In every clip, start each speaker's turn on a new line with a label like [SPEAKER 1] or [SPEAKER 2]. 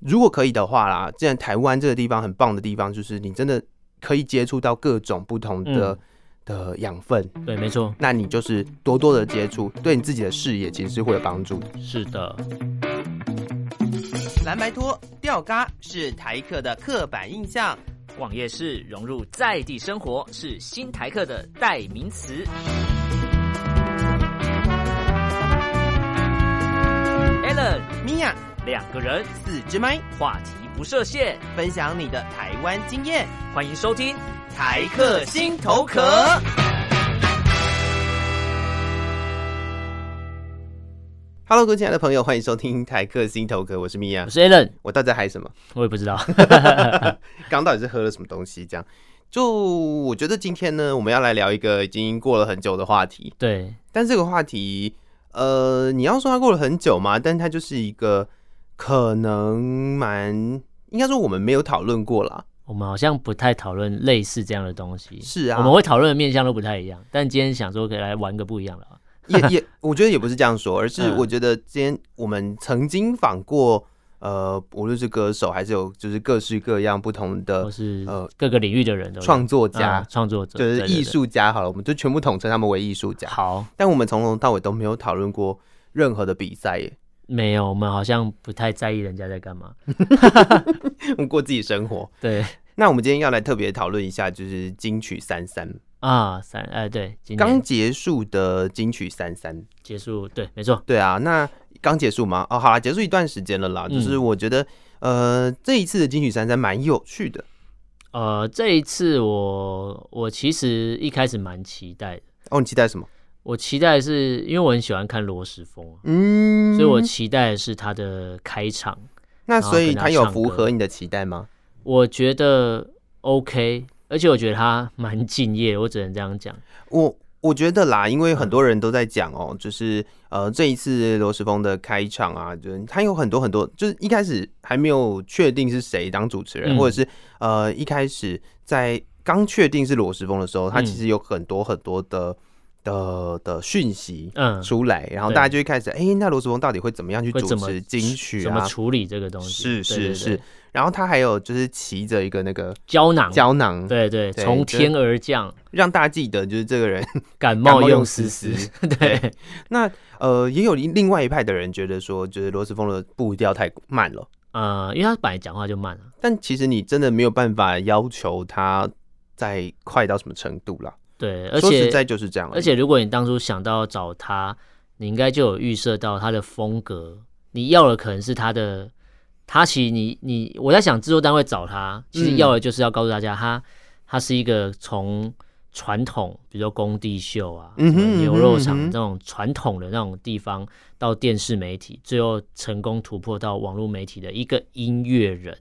[SPEAKER 1] 如果可以的话啦，既然台湾这个地方很棒的地方，就是你真的可以接触到各种不同的、的养分，
[SPEAKER 2] 对，没错，
[SPEAKER 1] 那你就是多多的接触，对你自己的视野其实是会有帮助的。
[SPEAKER 2] 是的，
[SPEAKER 3] 蓝白拖、吊嘎是台客的刻板印象。
[SPEAKER 4] 逛夜市融入在地生活是新台客的代名词。Allen
[SPEAKER 3] 米娅，
[SPEAKER 4] 两个人
[SPEAKER 3] 四支麦，
[SPEAKER 4] 话题不设限，
[SPEAKER 3] 分享你的台湾经验，
[SPEAKER 4] 欢迎收听
[SPEAKER 3] 台客心头壳。
[SPEAKER 1] Hello，各位亲爱的朋友，欢迎收听台客心头壳，我是米娅
[SPEAKER 2] 我。是 Alan，
[SPEAKER 1] 我到底在嗨什么？
[SPEAKER 2] 我也不知道，
[SPEAKER 1] 刚到底是喝了什么东西？这样，就我觉得今天呢，我们要来聊一个已经过了很久的话题。
[SPEAKER 2] 对，
[SPEAKER 1] 但这个话题，呃，你要说它过了很久嘛，但它就是一个可能蛮，应该说我们没有讨论过啦。
[SPEAKER 2] 我们好像不太讨论类似这样的东西，
[SPEAKER 1] 是啊
[SPEAKER 2] 我们会讨论的面向都不太一样，但今天想说可以来玩个不一样的啊，
[SPEAKER 1] 也也，我觉得也不是这样说，而是
[SPEAKER 2] 嗯
[SPEAKER 1] 我觉得今天我们曾经访过，呃，无论是歌手还是有就是各式各样不同
[SPEAKER 2] 或
[SPEAKER 1] 的
[SPEAKER 2] 是
[SPEAKER 1] 呃
[SPEAKER 2] 各个领域的人都有
[SPEAKER 1] 创作家，
[SPEAKER 2] 啊创作者，
[SPEAKER 1] 就
[SPEAKER 2] 对
[SPEAKER 1] 是
[SPEAKER 2] 对
[SPEAKER 1] 艺
[SPEAKER 2] 对
[SPEAKER 1] 术家好了，我们就全部统称他们为艺术家。
[SPEAKER 2] 好，
[SPEAKER 1] 但我们从头到尾都没有讨论过任何的比赛耶，
[SPEAKER 2] 没有，我们好像不太在意人家在干嘛。
[SPEAKER 1] 我们过自己生活。
[SPEAKER 2] 对
[SPEAKER 1] 那我们今天要来特别讨论一下，就是金曲三三
[SPEAKER 2] 啊，三哎对，今
[SPEAKER 1] 刚
[SPEAKER 2] 天
[SPEAKER 1] 结束的金曲三三。
[SPEAKER 2] 结束，对，没错，
[SPEAKER 1] 对啊，那刚结束吗？哦，好啦，结束一段时间了啦。
[SPEAKER 2] 嗯
[SPEAKER 1] 就是我觉得，呃，这一次的金曲三三蛮有趣的
[SPEAKER 2] 呃，这一次我我其实一开始蛮期待的，
[SPEAKER 1] 哦。你期待什么？
[SPEAKER 2] 我期待的是因为我很喜欢看罗时峰啊，
[SPEAKER 1] 嗯，
[SPEAKER 2] 所以我期待的是他的开场，
[SPEAKER 1] 那所以他有
[SPEAKER 2] 然后跟他唱
[SPEAKER 1] 符
[SPEAKER 2] 歌
[SPEAKER 1] 合你的期待吗？
[SPEAKER 2] 我觉得 OK，而且我觉得他蛮敬业的，我只能这样讲。
[SPEAKER 1] 我我觉得
[SPEAKER 2] 嗯
[SPEAKER 1] 啦，因为很多人都在讲哦、就是呃，这一次罗时峰的开场啊，就是他有很多很多，就是一开始还没有确定是谁当主持人，
[SPEAKER 2] 嗯
[SPEAKER 1] 或者是呃一开始在刚确定是罗时峰的时候，他
[SPEAKER 2] 嗯
[SPEAKER 1] 其实有很多很多的。的的讯息
[SPEAKER 2] 嗯
[SPEAKER 1] 出来，然后
[SPEAKER 2] 对
[SPEAKER 1] 大家就会开始，哎、那罗时峰到底会怎么样去
[SPEAKER 2] 会
[SPEAKER 1] 主
[SPEAKER 2] 怎么
[SPEAKER 1] 持金曲
[SPEAKER 2] 怎么
[SPEAKER 1] 啊？
[SPEAKER 2] 处理这个东
[SPEAKER 1] 是
[SPEAKER 2] 西？对
[SPEAKER 1] 是
[SPEAKER 2] 对
[SPEAKER 1] 是
[SPEAKER 2] 对，
[SPEAKER 1] 然后他还有就是骑着一个那个
[SPEAKER 2] 胶囊，
[SPEAKER 1] 胶囊，
[SPEAKER 2] 对对，
[SPEAKER 1] 对
[SPEAKER 2] 从
[SPEAKER 1] 就是
[SPEAKER 2] 天而降，
[SPEAKER 1] 让大家记得就是这个人
[SPEAKER 2] 感
[SPEAKER 1] 感
[SPEAKER 2] 冒
[SPEAKER 1] 冒
[SPEAKER 2] 用
[SPEAKER 1] 用
[SPEAKER 2] 丝
[SPEAKER 1] 丝
[SPEAKER 2] 丝，
[SPEAKER 1] 丝
[SPEAKER 2] 对，
[SPEAKER 1] 那呃，也有另另外一派的人觉得说，就是罗斯峰的步调太慢了。
[SPEAKER 2] 呃，因为他本来讲话就慢啊，
[SPEAKER 1] 但其实你真的没有办法要求他再快到什么程度啦。
[SPEAKER 2] 对，而
[SPEAKER 1] 说实
[SPEAKER 2] 且
[SPEAKER 1] 在就是这样已。
[SPEAKER 2] 而且如果你当初想到找他，你应该就有预设到他的风格，你要的可能是他的，他其实你你我在想制作单位找他，其实
[SPEAKER 1] 嗯
[SPEAKER 2] 要的就是要告诉大家他他是一个从传统，比如说工地秀啊、
[SPEAKER 1] 嗯哼
[SPEAKER 2] 什么牛肉厂
[SPEAKER 1] 嗯哼
[SPEAKER 2] 那种传统的那种地方，到电视媒体，最后成功突破到网络媒体的一个音乐人。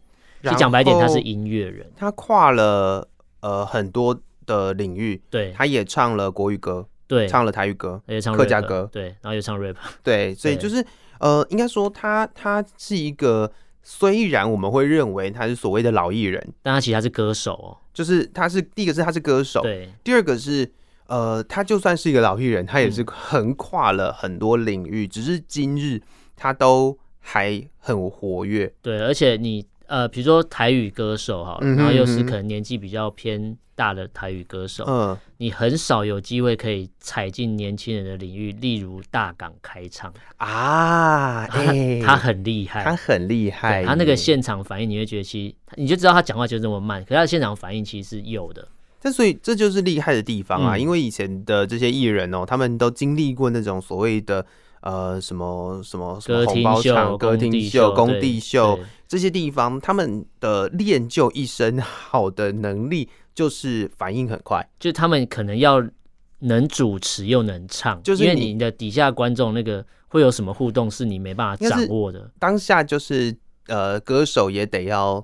[SPEAKER 2] 其实
[SPEAKER 1] 然
[SPEAKER 2] 讲白一点，他是
[SPEAKER 1] 后
[SPEAKER 2] 音乐人，
[SPEAKER 1] 他跨了呃很多的领域，
[SPEAKER 2] 对
[SPEAKER 1] 他也唱了国语歌，
[SPEAKER 2] 对，
[SPEAKER 1] 唱了台语歌，
[SPEAKER 2] 而且唱
[SPEAKER 1] 客家
[SPEAKER 2] rap，
[SPEAKER 1] 歌
[SPEAKER 2] 对，然后又唱 rap，
[SPEAKER 1] 对，所以
[SPEAKER 2] 对
[SPEAKER 1] 就是呃，应该说他他是一个，虽然我们会认为他是所谓的老艺人，
[SPEAKER 2] 但他其实他是歌手
[SPEAKER 1] 就是他是第一个是他是歌手
[SPEAKER 2] 哦，，对，
[SPEAKER 1] 第二个是，呃，他就算是一个老艺人，他也
[SPEAKER 2] 嗯
[SPEAKER 1] 是横跨了很多领域，只是今日他都还很活跃。
[SPEAKER 2] 对，而且你呃，比如说台语歌手好了，
[SPEAKER 1] 嗯哼
[SPEAKER 2] 然后又
[SPEAKER 1] 嗯
[SPEAKER 2] 是
[SPEAKER 1] 哼
[SPEAKER 2] 可能年纪比较偏大的台语歌手，
[SPEAKER 1] 嗯，
[SPEAKER 2] 你很少有机会可以踩进年轻人的领域，例如大港开唱，
[SPEAKER 1] 啊，哎、
[SPEAKER 2] 他很厉
[SPEAKER 1] 他
[SPEAKER 2] 害。
[SPEAKER 1] 很厉害
[SPEAKER 2] 对
[SPEAKER 1] 耶，
[SPEAKER 2] 他那个现场反应，你会觉得其实他你就知道他讲话就这么慢，可是他的现场反应其实是有的。
[SPEAKER 1] 但所以这就是厉害的地方啊，
[SPEAKER 2] 嗯
[SPEAKER 1] 因为以前的这些艺人哦，他们都经历过那种所谓的。呃，什么什么什么
[SPEAKER 2] 歌
[SPEAKER 1] 红
[SPEAKER 2] 厅
[SPEAKER 1] 包场、
[SPEAKER 2] 秀、
[SPEAKER 1] 歌
[SPEAKER 2] 工
[SPEAKER 1] 厅
[SPEAKER 2] 地
[SPEAKER 1] 秀、工
[SPEAKER 2] 对
[SPEAKER 1] 地秀
[SPEAKER 2] 对
[SPEAKER 1] 这些地方，他们的练就一身好的能力，就是反应很快。
[SPEAKER 2] 就他们可能要能主持又能唱，
[SPEAKER 1] 就是
[SPEAKER 2] 因为
[SPEAKER 1] 你
[SPEAKER 2] 你的底下观众那个会有什么互动是你没办
[SPEAKER 1] 应
[SPEAKER 2] 法
[SPEAKER 1] 该
[SPEAKER 2] 掌
[SPEAKER 1] 是
[SPEAKER 2] 握的，
[SPEAKER 1] 当下就是呃，歌手也得要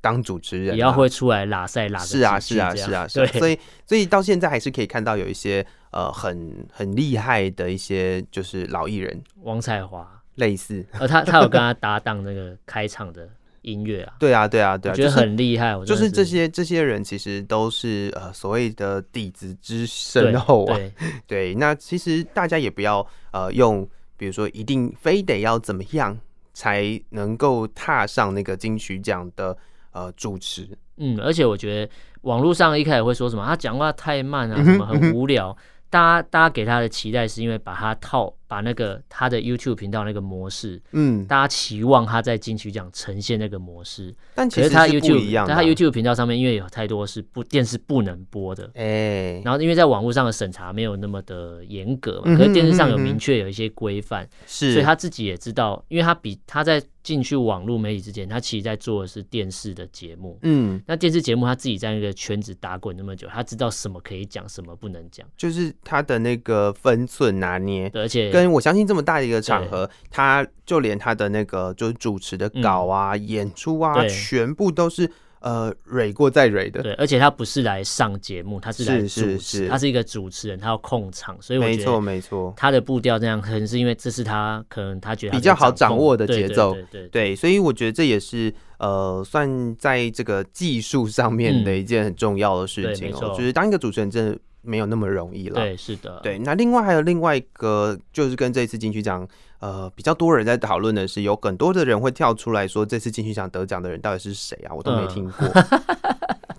[SPEAKER 1] 当主持人、啊，
[SPEAKER 2] 也要会出来拉塞拉个
[SPEAKER 1] 是啊
[SPEAKER 2] 几
[SPEAKER 1] 是
[SPEAKER 2] 句
[SPEAKER 1] 啊
[SPEAKER 2] 这样
[SPEAKER 1] 是啊是啊，
[SPEAKER 2] 对，
[SPEAKER 1] 所以所以到现在还是可以看到有一些呃很很厉害的一些就是老艺人
[SPEAKER 2] 王彩华，
[SPEAKER 1] 类似，
[SPEAKER 2] 呃，他他有跟他搭档那个开场的音乐啊，
[SPEAKER 1] 对啊对啊对
[SPEAKER 2] 我
[SPEAKER 1] 啊，
[SPEAKER 2] 觉得
[SPEAKER 1] 就是
[SPEAKER 2] 很厉害，我
[SPEAKER 1] 就
[SPEAKER 2] 真的
[SPEAKER 1] 是
[SPEAKER 2] 是
[SPEAKER 1] 这些这些人其实都是呃所谓的底子之
[SPEAKER 2] 对
[SPEAKER 1] 深厚啊，
[SPEAKER 2] 对
[SPEAKER 1] 对，那其实大家也不要呃用比如说一定非得要怎么样。才能够踏上那个金曲奖的呃主持。
[SPEAKER 2] 嗯，而且我觉得网络上一开始会说什么他讲话太慢
[SPEAKER 1] 嗯
[SPEAKER 2] 啊，什么很无聊。大家大家给他的期待是因为把他套把那个他的 YouTube 频道那个模式，
[SPEAKER 1] 嗯，
[SPEAKER 2] 大家期望他在金曲奖呈现那个模式。
[SPEAKER 1] 但
[SPEAKER 2] 可
[SPEAKER 1] 其
[SPEAKER 2] 是
[SPEAKER 1] 实
[SPEAKER 2] 他
[SPEAKER 1] 是不一
[SPEAKER 2] YouTube，
[SPEAKER 1] 样的
[SPEAKER 2] 但
[SPEAKER 1] 啊、
[SPEAKER 2] 他 YouTube 频道上面因为有太多是不电视不能播的，
[SPEAKER 1] 哎、
[SPEAKER 2] 然后因为在网络上的审查没有那么的严格嘛，
[SPEAKER 1] 嗯哼
[SPEAKER 2] 可是电视上有
[SPEAKER 1] 嗯哼
[SPEAKER 2] 明确有一些规范，
[SPEAKER 1] 是，
[SPEAKER 2] 所以他自己也知道，因为他比他在进去网络媒体之前，他其实在做的是电视的节目。
[SPEAKER 1] 嗯，
[SPEAKER 2] 那电视节目他自己在那个圈子打滚那么久，他知道什么可以讲，什么不能讲。
[SPEAKER 1] 就是他的那个分寸拿捏。
[SPEAKER 2] 对，而且
[SPEAKER 1] 跟我相信这么大的一个场合，他就连他的那个就是主持的稿啊、演出啊，
[SPEAKER 2] 嗯对
[SPEAKER 1] 全部都是呃蕊过再蕊的。
[SPEAKER 2] 对，而且他不是来上节目，他是来主
[SPEAKER 1] 是
[SPEAKER 2] 持，
[SPEAKER 1] 是是
[SPEAKER 2] 他是一个主持人，他要控场，所以我
[SPEAKER 1] 没
[SPEAKER 2] 觉
[SPEAKER 1] 错
[SPEAKER 2] 得
[SPEAKER 1] 没错，
[SPEAKER 2] 他的步调这样，可能是因为这是他可能他觉得他
[SPEAKER 1] 比较好
[SPEAKER 2] 可以掌控
[SPEAKER 1] 掌握的节奏
[SPEAKER 2] 对对对对
[SPEAKER 1] 对，所以我觉得这也是呃算在这个技术上面的一件很重要的事情
[SPEAKER 2] 嗯对没
[SPEAKER 1] 哦、
[SPEAKER 2] 错
[SPEAKER 1] 就是当一个主持人真的没有那么容易了。
[SPEAKER 2] 对是的，
[SPEAKER 1] 对，那另外还有另外一个，就是跟这次金曲奖呃比较多人在讨论的是，有很多的人会跳出来说，这次金曲奖得奖的人到底是谁啊？我都没
[SPEAKER 2] 嗯
[SPEAKER 1] 听 过，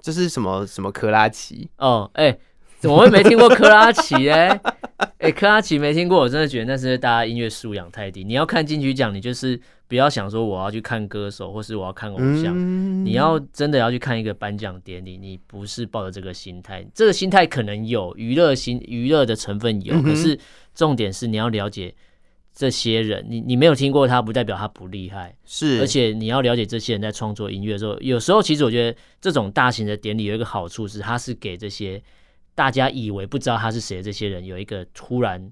[SPEAKER 1] 这是什么什么克拉奇？
[SPEAKER 2] 哦，哎、怎么会没听过克拉奇呢？哎、 克拉奇没听过，我真的觉得那是大家音乐素养太低。你要看金曲奖，你就是不要想说我要去看歌手，或是我要看偶像，
[SPEAKER 1] 嗯
[SPEAKER 2] 你要真的要去看一个颁奖典礼，你不是抱着这个心态，这个心态可能有娱乐心娱乐的成分有，
[SPEAKER 1] 嗯哼
[SPEAKER 2] 可是重点是你要了解这些人，你你没有听过他，不代表他不厉害，
[SPEAKER 1] 是，
[SPEAKER 2] 而且你要了解这些人在创作音乐的时候，有时候其实我觉得这种大型的典礼有一个好处是，它是给这些大家以为不知道他是谁的这些人有一个突然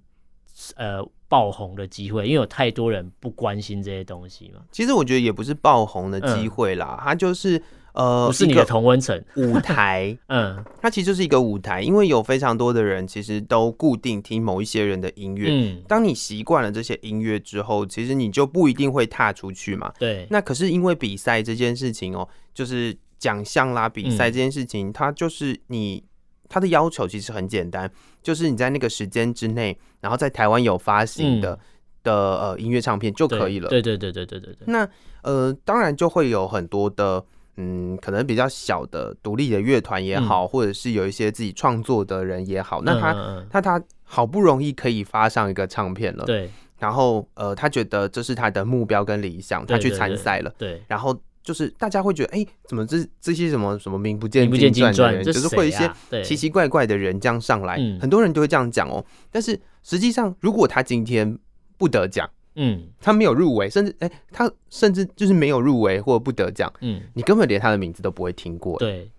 [SPEAKER 2] 呃爆红的机会，因为有太多人不关心这些东西嘛，
[SPEAKER 1] 其实我觉得也不是爆红的机会啦，它就是呃
[SPEAKER 2] 嗯不是你
[SPEAKER 1] 一
[SPEAKER 2] 的
[SPEAKER 1] 个
[SPEAKER 2] 同温层，
[SPEAKER 1] 舞台，
[SPEAKER 2] 嗯
[SPEAKER 1] 它其实就是一个舞台，因为有非常多的人其实都固定听某一些人的音乐。
[SPEAKER 2] 嗯，
[SPEAKER 1] 当你习惯了这些音乐之后，其实你就不一定会踏出去嘛。
[SPEAKER 2] 对，
[SPEAKER 1] 那可是因为比赛这件事情哦，就是奖项啦，比
[SPEAKER 2] 嗯
[SPEAKER 1] 赛这件事情，它就是你它的要求其实很简单，就是你在那个时间之内，然后在台湾有发行的、
[SPEAKER 2] 嗯
[SPEAKER 1] 的呃音乐唱片就
[SPEAKER 2] 对
[SPEAKER 1] 可以了。
[SPEAKER 2] 对对对对对对对，
[SPEAKER 1] 那呃，当然就会有很多的。嗯，可能比较小的独立的乐团也好，或者是有一些自己创作的人也好，那他、
[SPEAKER 2] 嗯嗯
[SPEAKER 1] 那他好不容易可以发上一个唱片了
[SPEAKER 2] 嗯，对
[SPEAKER 1] 然后呃，他觉得这是他的目标跟理想，他
[SPEAKER 2] 对
[SPEAKER 1] 去
[SPEAKER 2] 对
[SPEAKER 1] 参
[SPEAKER 2] 对
[SPEAKER 1] 赛了，
[SPEAKER 2] 对。
[SPEAKER 1] 然后就是大家会觉得，哎、怎么这这些什么什么名不
[SPEAKER 2] 名
[SPEAKER 1] 见
[SPEAKER 2] 不见经
[SPEAKER 1] 经传的
[SPEAKER 2] 传，
[SPEAKER 1] 人，
[SPEAKER 2] 这
[SPEAKER 1] 就是会有一
[SPEAKER 2] 谁
[SPEAKER 1] 些
[SPEAKER 2] 啊对
[SPEAKER 1] 奇奇怪怪的人这样上来，
[SPEAKER 2] 嗯
[SPEAKER 1] 很多人都会这样讲哦。但是实际上，如果他今天不得奖，
[SPEAKER 2] 嗯
[SPEAKER 1] 他没有入围，甚至哎、他甚至就是没有入围或不得奖，
[SPEAKER 2] 嗯，
[SPEAKER 1] 你根本连他的名字都不会听过。，
[SPEAKER 2] 对，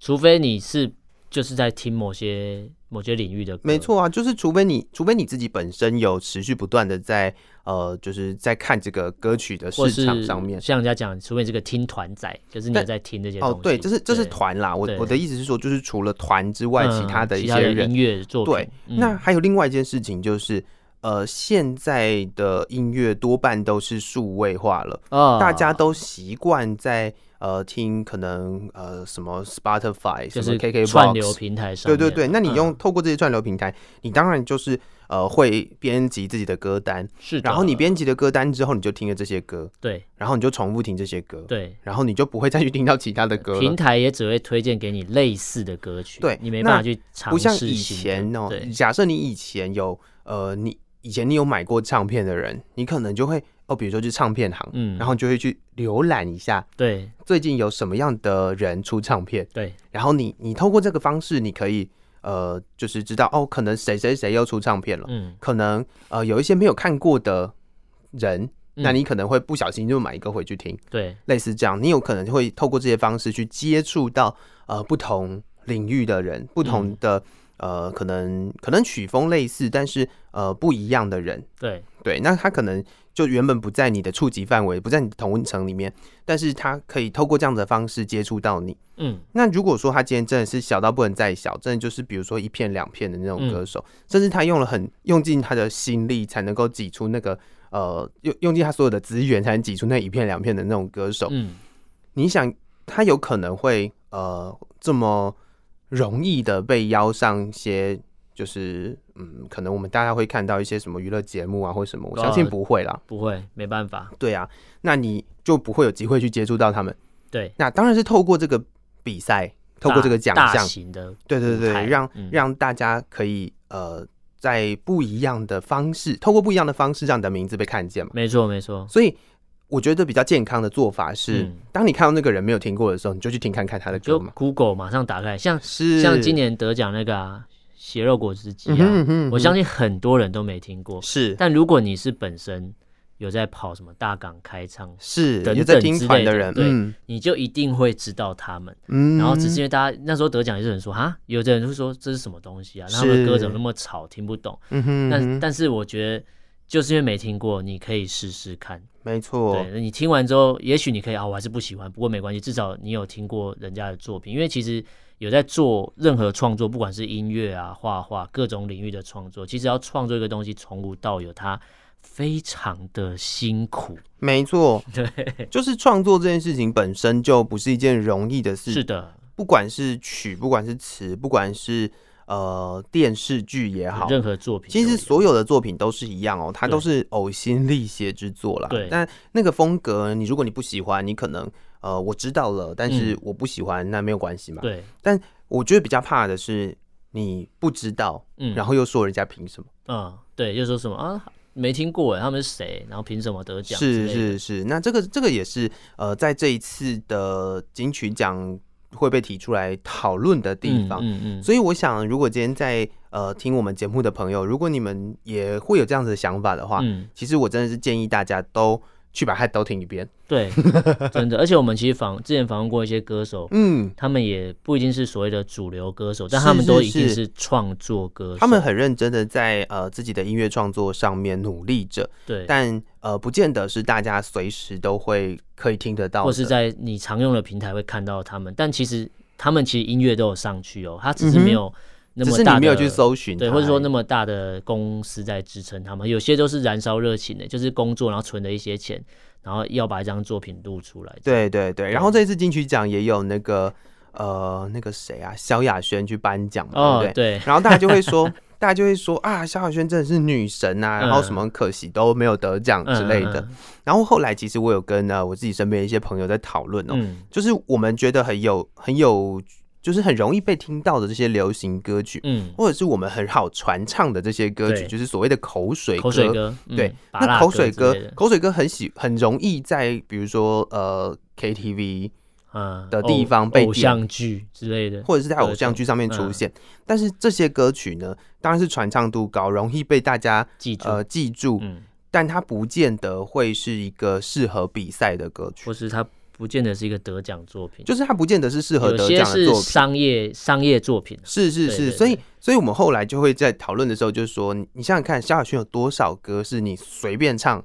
[SPEAKER 2] 除非你是就是在听某些某些领域的歌，
[SPEAKER 1] 没，错啊，就是除非你，除非你自己本身有持续不断的在呃，就是在看这个歌曲的
[SPEAKER 2] 或
[SPEAKER 1] 市
[SPEAKER 2] 是
[SPEAKER 1] 场上面。
[SPEAKER 2] 像人家讲，除非你是个听团仔，就是你有
[SPEAKER 1] 但
[SPEAKER 2] 在听这些东西。
[SPEAKER 1] 哦，对，这是这是
[SPEAKER 2] 对
[SPEAKER 1] 团啦，我
[SPEAKER 2] 对
[SPEAKER 1] 我的意思是说，就是除了团之外，其
[SPEAKER 2] 嗯
[SPEAKER 1] 他的一
[SPEAKER 2] 其
[SPEAKER 1] 些人
[SPEAKER 2] 音乐作品。
[SPEAKER 1] 对，
[SPEAKER 2] 嗯
[SPEAKER 1] 那还有另外一件事情就是，呃，现在的音乐多半都是数位化了，
[SPEAKER 2] 哦
[SPEAKER 1] 大家都习惯在呃听可能呃什么 Spotify、
[SPEAKER 2] 就
[SPEAKER 1] 什么
[SPEAKER 2] 是
[SPEAKER 1] KK
[SPEAKER 2] 串流
[SPEAKER 1] Box。
[SPEAKER 2] 平台上
[SPEAKER 1] 对
[SPEAKER 2] 面，
[SPEAKER 1] 对对，那你
[SPEAKER 2] 嗯
[SPEAKER 1] 用、透过这些串流平台，你当然就是呃会编辑自己的歌单，
[SPEAKER 2] 是的，
[SPEAKER 1] 然后你编辑的歌单之后，你就听了这些歌，
[SPEAKER 2] 对
[SPEAKER 1] 然后你就重复听这些歌，
[SPEAKER 2] 对。
[SPEAKER 1] 然后你就不会再去听到其他的歌了
[SPEAKER 2] 平。台也只会推荐给你类似的歌曲，
[SPEAKER 1] 对
[SPEAKER 2] 你没
[SPEAKER 1] 那
[SPEAKER 2] 办法去尝
[SPEAKER 1] 不
[SPEAKER 2] 试
[SPEAKER 1] 像
[SPEAKER 2] 新的。
[SPEAKER 1] 以前哦
[SPEAKER 2] 对，
[SPEAKER 1] 假设你以前有呃，你以前你有买过唱片的人，你可能就会哦，比如说去唱片行，
[SPEAKER 2] 嗯
[SPEAKER 1] 然后就会去浏览一下
[SPEAKER 2] 对
[SPEAKER 1] 最近有什么样的人出唱片，
[SPEAKER 2] 对，
[SPEAKER 1] 然后你你透过这个方式，你可以呃，就是知道哦，可能谁谁谁又出唱片了，
[SPEAKER 2] 嗯，
[SPEAKER 1] 可能呃有一些没有看过的人。
[SPEAKER 2] 嗯
[SPEAKER 1] 那你可能会不小心就买一个回去听，
[SPEAKER 2] 对
[SPEAKER 1] 类似这样，你有可能会透过这些方式去接触到呃不同领域的人，不同的、呃可能可能曲风类似，但是呃不一样的人。
[SPEAKER 2] 对，
[SPEAKER 1] 对，那他可能就原本不在你的触及范围，不在你的同温层里面，但是他可以透过这样的方式接触到你。
[SPEAKER 2] 嗯，
[SPEAKER 1] 那如果说他今天真的是小到不能再小，真的就是比如说一片两片的那种
[SPEAKER 2] 嗯
[SPEAKER 1] 歌手，甚至他用了很用尽他的心力才能够挤出那个呃用用尽他所有的资源才能挤出那一片两片的那种歌手，
[SPEAKER 2] 嗯，
[SPEAKER 1] 你想，他有可能会呃这么容易的被邀上一些就是嗯，可能我们大家会看到一些什么娱乐节目啊，或什么，我相信
[SPEAKER 2] 哦
[SPEAKER 1] 不会啦。
[SPEAKER 2] 不会，没办法，
[SPEAKER 1] 对啊，那你就不会有机会去接触到他们。
[SPEAKER 2] 对，
[SPEAKER 1] 那当然是透过这个比赛，透过
[SPEAKER 2] 大
[SPEAKER 1] 这个奖
[SPEAKER 2] 大
[SPEAKER 1] 项，
[SPEAKER 2] 型的舞台，
[SPEAKER 1] 对对对，让、
[SPEAKER 2] 嗯
[SPEAKER 1] 让大家可以呃，在不一样的方式，透过不一样的方式，让你的名字被看见嘛。
[SPEAKER 2] 没错没错，
[SPEAKER 1] 所以我觉得比较健康的做法是，
[SPEAKER 2] 嗯
[SPEAKER 1] 当你看到那个人没有听过的时候，你就去听看看他的歌
[SPEAKER 2] 就
[SPEAKER 1] 嘛。
[SPEAKER 2] Google 马上打开，像
[SPEAKER 1] 是
[SPEAKER 2] 像今年得奖那个啊，血肉果汁机
[SPEAKER 1] 嗯
[SPEAKER 2] 啊，
[SPEAKER 1] 哼嗯哼
[SPEAKER 2] 我相信很多人都没听过。
[SPEAKER 1] 是
[SPEAKER 2] 但如果你是本身有在跑什么大港开唱，
[SPEAKER 1] 是
[SPEAKER 2] 等
[SPEAKER 1] 有在
[SPEAKER 2] 等
[SPEAKER 1] 听
[SPEAKER 2] 之
[SPEAKER 1] 团
[SPEAKER 2] 类
[SPEAKER 1] 的
[SPEAKER 2] 的
[SPEAKER 1] 人，
[SPEAKER 2] 对
[SPEAKER 1] 嗯
[SPEAKER 2] 你就一定会知道他们。
[SPEAKER 1] 嗯，
[SPEAKER 2] 然后只是因为大家那时候得奖，也是有人说哈，有的人会说这是什么东西啊，然后他们
[SPEAKER 1] 是
[SPEAKER 2] 的歌怎么那么吵，听不懂。
[SPEAKER 1] 嗯哼，嗯
[SPEAKER 2] 但、
[SPEAKER 1] 哼
[SPEAKER 2] 但是我觉得就是因为没听过，你可以试试看。
[SPEAKER 1] 没错，
[SPEAKER 2] 对，你听完之后，也许你可以啊，我还是不喜欢，不过没关系，至少你有听过人家的作品，因为其实有在做任何创作，不管是音乐啊、画画各种领域的创作，其实要创作一个东西从无到有，它非常的辛苦。
[SPEAKER 1] 没错，
[SPEAKER 2] 对，
[SPEAKER 1] 就是创作这件事情本身就不是一件容易的事，
[SPEAKER 2] 是的，
[SPEAKER 1] 不管是曲，不管是词，不管是呃电视剧也好，
[SPEAKER 2] 任何作品都
[SPEAKER 1] 其
[SPEAKER 2] 有，
[SPEAKER 1] 实所有的作品都是一样哦，它
[SPEAKER 2] 对
[SPEAKER 1] 都是呕心沥血之作啦。
[SPEAKER 2] 对
[SPEAKER 1] 但那个风格，你如果你不喜欢，你可能呃我知道了，但是
[SPEAKER 2] 嗯
[SPEAKER 1] 我不喜欢，那没有关系嘛。，
[SPEAKER 2] 对，
[SPEAKER 1] 我觉得比较怕的是你不知道，
[SPEAKER 2] 嗯，
[SPEAKER 1] 然后又说人家凭什么？
[SPEAKER 2] 嗯，对，就说什么啊，没听过哎，他们是谁，然后凭什么得奖之类
[SPEAKER 1] 是
[SPEAKER 2] 的？
[SPEAKER 1] 是是，那这个这个也是呃在这一次的金曲奖会被提出来讨论的地
[SPEAKER 2] 嗯
[SPEAKER 1] 方。
[SPEAKER 2] 嗯嗯，
[SPEAKER 1] 所以我想，如果今天在呃听我们节目的朋友，如果你们也会有这样子的想法的话，
[SPEAKER 2] 嗯，
[SPEAKER 1] 其实我真的是建议大家都去把它都听一遍。
[SPEAKER 2] 对，真的，而且我们其实访之前访问过一些歌 手，
[SPEAKER 1] 嗯，
[SPEAKER 2] 他们也不一定是所谓的主流歌手，但
[SPEAKER 1] 是
[SPEAKER 2] 他们都
[SPEAKER 1] 是
[SPEAKER 2] 一定
[SPEAKER 1] 是
[SPEAKER 2] 是创作歌手。
[SPEAKER 1] 他们很认真的在呃自己的音乐创作上面努力着，
[SPEAKER 2] 对，
[SPEAKER 1] 但呃不见得是大家随时都会可以听得到的，
[SPEAKER 2] 或是在你常用的平台会看到他们，但其实他们其实音乐都有上去哦，他只是
[SPEAKER 1] 嗯哼
[SPEAKER 2] 没有那
[SPEAKER 1] 只
[SPEAKER 2] 么
[SPEAKER 1] 是
[SPEAKER 2] 大
[SPEAKER 1] 你
[SPEAKER 2] 的
[SPEAKER 1] 没有去搜寻它而
[SPEAKER 2] 对，
[SPEAKER 1] 已，
[SPEAKER 2] 或者说那么大的公司在支撑他们，有些都是燃烧热情的，就是工作然后存了一些钱，然后要把一张作品录出来。
[SPEAKER 1] 对对对。然后这次金曲奖也有那个呃那个谁啊，萧亚轩去颁奖嘛，
[SPEAKER 2] 哦
[SPEAKER 1] 对不对？
[SPEAKER 2] 对，
[SPEAKER 1] 然后大家就会说。 大家就会说啊，萧亚轩真的是女神啊，然后什么很可惜都没有得奖之类的。
[SPEAKER 2] 嗯
[SPEAKER 1] 然后后来其实我有跟呃我自己身边一些朋友在讨论哦，
[SPEAKER 2] 嗯
[SPEAKER 1] 就是我们觉得很有很有，就是很容易被听到的这些流行歌曲，
[SPEAKER 2] 嗯，
[SPEAKER 1] 或者是我们很好传唱的这些歌曲，
[SPEAKER 2] 对
[SPEAKER 1] 就是所谓的口水歌。
[SPEAKER 2] 口水歌，嗯
[SPEAKER 1] 对，
[SPEAKER 2] 拔
[SPEAKER 1] 那
[SPEAKER 2] 蜡
[SPEAKER 1] 口水歌
[SPEAKER 2] 之类的，
[SPEAKER 1] 口水歌很喜很容易在比如说呃 KTV
[SPEAKER 2] 嗯
[SPEAKER 1] 的地
[SPEAKER 2] 偶
[SPEAKER 1] 方被
[SPEAKER 2] 偶
[SPEAKER 1] 点
[SPEAKER 2] 像剧之类的，
[SPEAKER 1] 或者是在偶像剧上面
[SPEAKER 2] 嗯
[SPEAKER 1] 出现，但是这些歌曲呢，当然是传唱度高，容易被大家
[SPEAKER 2] 记住，
[SPEAKER 1] 呃记住，
[SPEAKER 2] 嗯，
[SPEAKER 1] 但它不见得会是一个适合比赛的歌曲
[SPEAKER 2] 或。是它不见得是一个得奖作品，
[SPEAKER 1] 就是它不见得是适合
[SPEAKER 2] 有
[SPEAKER 1] 得
[SPEAKER 2] 些
[SPEAKER 1] 奖的
[SPEAKER 2] 是
[SPEAKER 1] 作品，
[SPEAKER 2] 商业商业作品，啊
[SPEAKER 1] 是是
[SPEAKER 2] 对
[SPEAKER 1] 是，
[SPEAKER 2] 对
[SPEAKER 1] 所以
[SPEAKER 2] 对
[SPEAKER 1] 所以我们后来就会在讨论的时候，就是说，你你想想看，萧亚轩有多少歌是你随便唱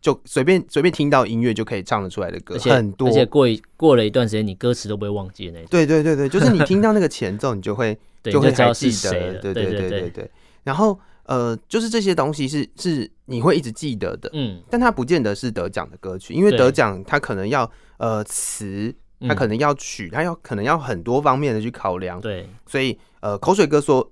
[SPEAKER 1] 就随便随便听到音乐就可以唱得出来的歌
[SPEAKER 2] 而，且
[SPEAKER 1] 很多
[SPEAKER 2] 而。且过一过了一段时间，你歌词都不会忘记的那种，
[SPEAKER 1] 对对对对，就是你听到那个前奏，你就会
[SPEAKER 2] 对，
[SPEAKER 1] 就
[SPEAKER 2] 你
[SPEAKER 1] 会
[SPEAKER 2] 就知
[SPEAKER 1] 还
[SPEAKER 2] 道
[SPEAKER 1] 记
[SPEAKER 2] 是
[SPEAKER 1] 得
[SPEAKER 2] 谁
[SPEAKER 1] 了。
[SPEAKER 2] 了，
[SPEAKER 1] 对
[SPEAKER 2] 对
[SPEAKER 1] 对对
[SPEAKER 2] 对，
[SPEAKER 1] 对。然后呃，就是这些东西是是你会一直记得的，
[SPEAKER 2] 嗯，
[SPEAKER 1] 但它不见得是得奖的歌曲，因为
[SPEAKER 2] 对嗯
[SPEAKER 1] 得奖它可能要呃词，它可能
[SPEAKER 2] 能
[SPEAKER 1] 要曲，它要可能要很多方面的去考量。
[SPEAKER 2] 对
[SPEAKER 1] 所以呃，口水歌说，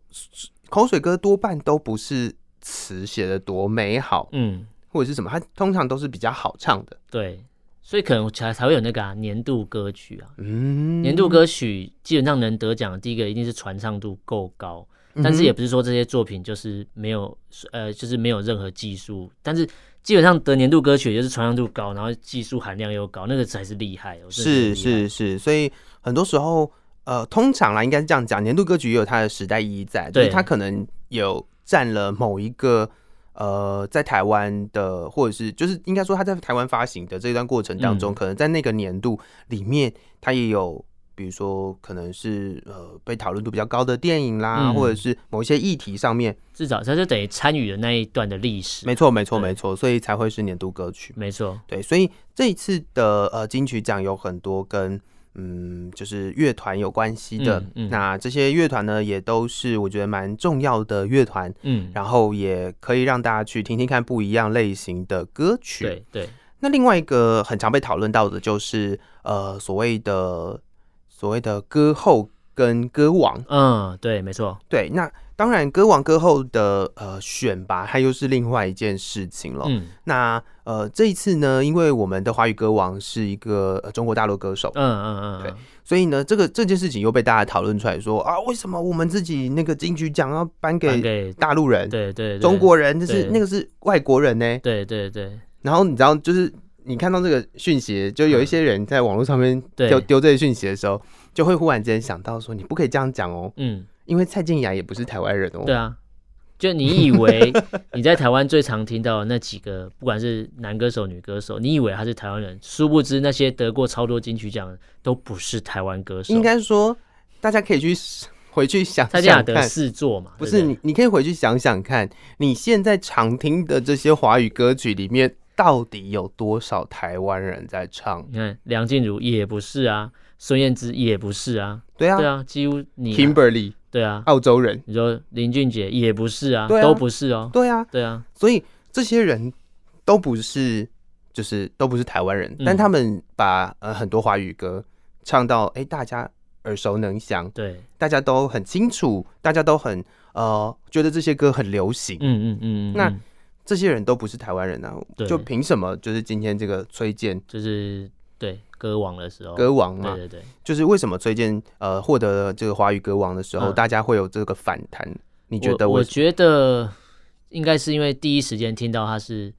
[SPEAKER 1] 口水歌多半都不是词写的多美好，
[SPEAKER 2] 嗯
[SPEAKER 1] 或者是什么，它通常都是比较好唱的。
[SPEAKER 2] 对，所以可能才才会有那个啊年度歌曲啊，
[SPEAKER 1] 嗯，
[SPEAKER 2] 年度歌曲基本上能得奖，第一个一定是传唱度够高，但是也不是说这些作品就是没有呃，就是没有任何技术，但是基本上得年度歌曲也就是传唱度高，然后技术含量又高，那个才是厉害。我
[SPEAKER 1] 是
[SPEAKER 2] 真的觉得厉
[SPEAKER 1] 是，
[SPEAKER 2] 害
[SPEAKER 1] 是，所以很多时候呃，通常啦，应该是这样讲，年度歌曲也有它的时代意义在，就是
[SPEAKER 2] 对
[SPEAKER 1] 它可能有占了某一个。呃，在台湾的，或者是就是应该说，它在台湾发行的这段过程当中，
[SPEAKER 2] 嗯
[SPEAKER 1] 可能在那个年度里面，它也有，比如说可能是呃被讨论度比较高的电影啦，
[SPEAKER 2] 嗯
[SPEAKER 1] 或者是某一些议题上面，
[SPEAKER 2] 至少它就等于参与了那一段的历史。
[SPEAKER 1] 没错，没错，
[SPEAKER 2] 对
[SPEAKER 1] 没错，所以才会是年度歌曲嘛。
[SPEAKER 2] 没错，
[SPEAKER 1] 对，所以这一次的呃金曲奖有很多跟嗯就是乐团有关系的，
[SPEAKER 2] 嗯嗯
[SPEAKER 1] 那这些乐团呢也都是我觉得蛮重要的乐团，
[SPEAKER 2] 嗯，
[SPEAKER 1] 然后也可以让大家去听听看不一样类型的歌曲。
[SPEAKER 2] 对对，
[SPEAKER 1] 那另外一个很常被讨论到的就是呃所谓的所谓的歌后跟歌王。
[SPEAKER 2] 嗯，对，没错，
[SPEAKER 1] 对，那当然歌王歌后的呃选拔，它又是另外一件事情了。
[SPEAKER 2] 嗯
[SPEAKER 1] 那呃这一次呢，因为我们的华语歌王是一个、呃中国大陆歌手
[SPEAKER 2] 嗯，嗯嗯，
[SPEAKER 1] 对所以呢，这个这件事情又被大家讨论出来说啊，为什么我们自己那个金曲奖要颁
[SPEAKER 2] 颁
[SPEAKER 1] 给
[SPEAKER 2] 给
[SPEAKER 1] 大陆人、
[SPEAKER 2] 对对对
[SPEAKER 1] 中，国人，就是
[SPEAKER 2] 对
[SPEAKER 1] 那个是外国人呢？
[SPEAKER 2] 对对对
[SPEAKER 1] 然后你知道，就是你看到这个讯息，就有一些人在网络上面
[SPEAKER 2] 嗯对
[SPEAKER 1] 丢丢这些讯息的时候，就会忽然间想到说，你不可以这样讲哦，
[SPEAKER 2] 嗯，
[SPEAKER 1] 因为蔡健雅也不是台湾人哦。
[SPEAKER 2] 对啊。就你以 为你在台湾最常听到的那几个，不管是男歌手、女歌手，你以为他是台湾人，殊不知那些得过超多金曲奖的都不是台湾歌手。
[SPEAKER 1] 应该说，大家可以去 回去想
[SPEAKER 2] 蔡健雅
[SPEAKER 1] 想
[SPEAKER 2] 得
[SPEAKER 1] 看，
[SPEAKER 2] 四座嘛，
[SPEAKER 1] 不
[SPEAKER 2] 对
[SPEAKER 1] 是
[SPEAKER 2] 对
[SPEAKER 1] 你，你可以回去想想看，你现在常听的这些华语歌曲里面，到底有多少台湾人在唱？
[SPEAKER 2] 你看梁静茹也不是啊，孙燕姿也不是啊，
[SPEAKER 1] 对啊
[SPEAKER 2] 对啊，几乎你
[SPEAKER 1] Kimberly
[SPEAKER 2] 对啊，
[SPEAKER 1] 澳洲人，
[SPEAKER 2] 你说林俊杰也不是啊，
[SPEAKER 1] 对啊
[SPEAKER 2] 都不是哦，
[SPEAKER 1] 对啊，
[SPEAKER 2] 对啊，
[SPEAKER 1] 所以这些人都不是，就是都不是台湾人，
[SPEAKER 2] 嗯
[SPEAKER 1] 但他们把呃很多华语歌唱到哎、诶大家耳熟能详，
[SPEAKER 2] 对，
[SPEAKER 1] 大家都很清楚，大家都很呃觉得这些歌很流行，
[SPEAKER 2] 嗯嗯嗯，嗯
[SPEAKER 1] 那
[SPEAKER 2] 嗯
[SPEAKER 1] 这些人都不是台湾人啊，
[SPEAKER 2] 对
[SPEAKER 1] 就凭什么就是今天这个崔健
[SPEAKER 2] 就是对歌王的时候，
[SPEAKER 1] 歌王啊嘛，
[SPEAKER 2] 对对对，
[SPEAKER 1] 就是为什么崔健呃获得了这个华语歌王的时候，
[SPEAKER 2] 嗯
[SPEAKER 1] 大家会有这个反弹？你
[SPEAKER 2] 你
[SPEAKER 1] 觉得
[SPEAKER 2] 我？
[SPEAKER 1] 为
[SPEAKER 2] 我
[SPEAKER 1] 什
[SPEAKER 2] 觉得应该是因为第一时间听到他是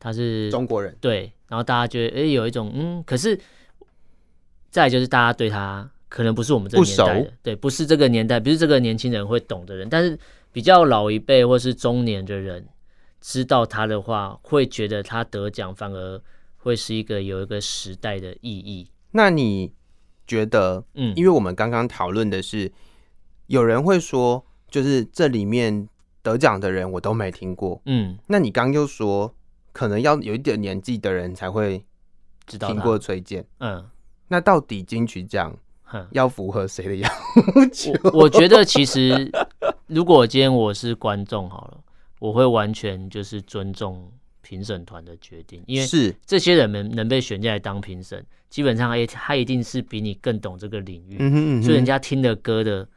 [SPEAKER 2] 他是
[SPEAKER 1] 么中国人？
[SPEAKER 2] 对，然后大家觉得哎、诶有一种嗯，可是再来就是大家对他可能不是我们这个
[SPEAKER 1] 不
[SPEAKER 2] 年代
[SPEAKER 1] 熟
[SPEAKER 2] 的，对，不是这个年代，不是这个年轻人会懂的人，但是比较老一辈或是中年的人知道他的话，会觉得他得奖反而会是一个有一个时代的意义。
[SPEAKER 1] 那你觉得
[SPEAKER 2] 嗯，
[SPEAKER 1] 因为我们刚刚讨论的是，有人会说，就是这里面得奖的人我都没听过。
[SPEAKER 2] 嗯，
[SPEAKER 1] 那你刚又说，可能要有一点年纪的人才会
[SPEAKER 2] 知道
[SPEAKER 1] 听
[SPEAKER 2] 他
[SPEAKER 1] 过崔健。
[SPEAKER 2] 嗯。
[SPEAKER 1] 那到底金曲奖
[SPEAKER 2] 哼
[SPEAKER 1] 要符合谁的要求？
[SPEAKER 2] 我我觉得其实，如果今天我是观众好了，我会完全就是尊重评审团的决定，因为
[SPEAKER 1] 是
[SPEAKER 2] 这些人们能被选进来当评审，基本上也他一定是比你更懂这个领域，
[SPEAKER 1] 嗯哼嗯哼，
[SPEAKER 2] 所以人家听的歌的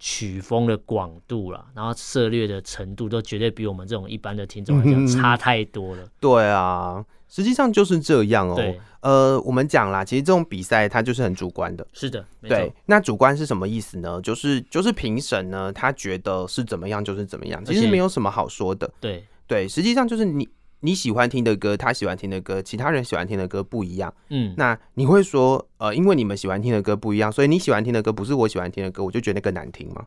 [SPEAKER 2] 曲风的广度啦，然后涉猎的程度都绝对比我们这种一般的听众
[SPEAKER 1] 嗯
[SPEAKER 2] 来
[SPEAKER 1] 哼嗯
[SPEAKER 2] 讲
[SPEAKER 1] 哼
[SPEAKER 2] 差太多了。
[SPEAKER 1] 对啊，实际上就是这样哦。
[SPEAKER 2] 对，
[SPEAKER 1] 呃，我们讲啦，其实这种比赛它就是很主观的。
[SPEAKER 2] 是的，没
[SPEAKER 1] 对
[SPEAKER 2] 错。，
[SPEAKER 1] 那主观是什么意思呢？就是就是评审呢，他觉得是怎么样就是怎么样，其
[SPEAKER 2] 而
[SPEAKER 1] 实
[SPEAKER 2] 且
[SPEAKER 1] 没有什么好说的。
[SPEAKER 2] 对，
[SPEAKER 1] 对，实际上就是你你喜欢听的歌，他喜欢听的歌，其他人喜欢听的歌不一样。
[SPEAKER 2] 嗯，
[SPEAKER 1] 那你会说，呃，因为你们喜欢听的歌不一样，所以你喜欢听的歌不是我喜欢听的歌，我就觉得更难听吗？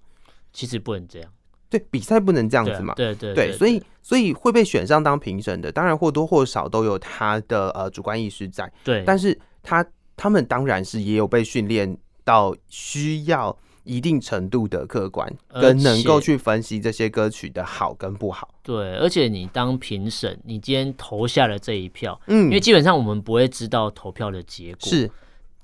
[SPEAKER 2] 其实不能这样，
[SPEAKER 1] 对，比赛不能这样
[SPEAKER 2] 对啊
[SPEAKER 1] 子嘛。
[SPEAKER 2] 对对
[SPEAKER 1] 对，所以所以会被选上当评审的，当然或多或少都有他的呃主观意识在，
[SPEAKER 2] 对，
[SPEAKER 1] 但是他他们当然是也有被训练到需要一定程度的客观，
[SPEAKER 2] 而
[SPEAKER 1] 跟能够
[SPEAKER 2] 且
[SPEAKER 1] 去分析这些歌曲的好跟不好。
[SPEAKER 2] 对，而且你当评审，你今天投下了这一票，
[SPEAKER 1] 嗯
[SPEAKER 2] 因为基本上我们不会知道投票的结果，
[SPEAKER 1] 是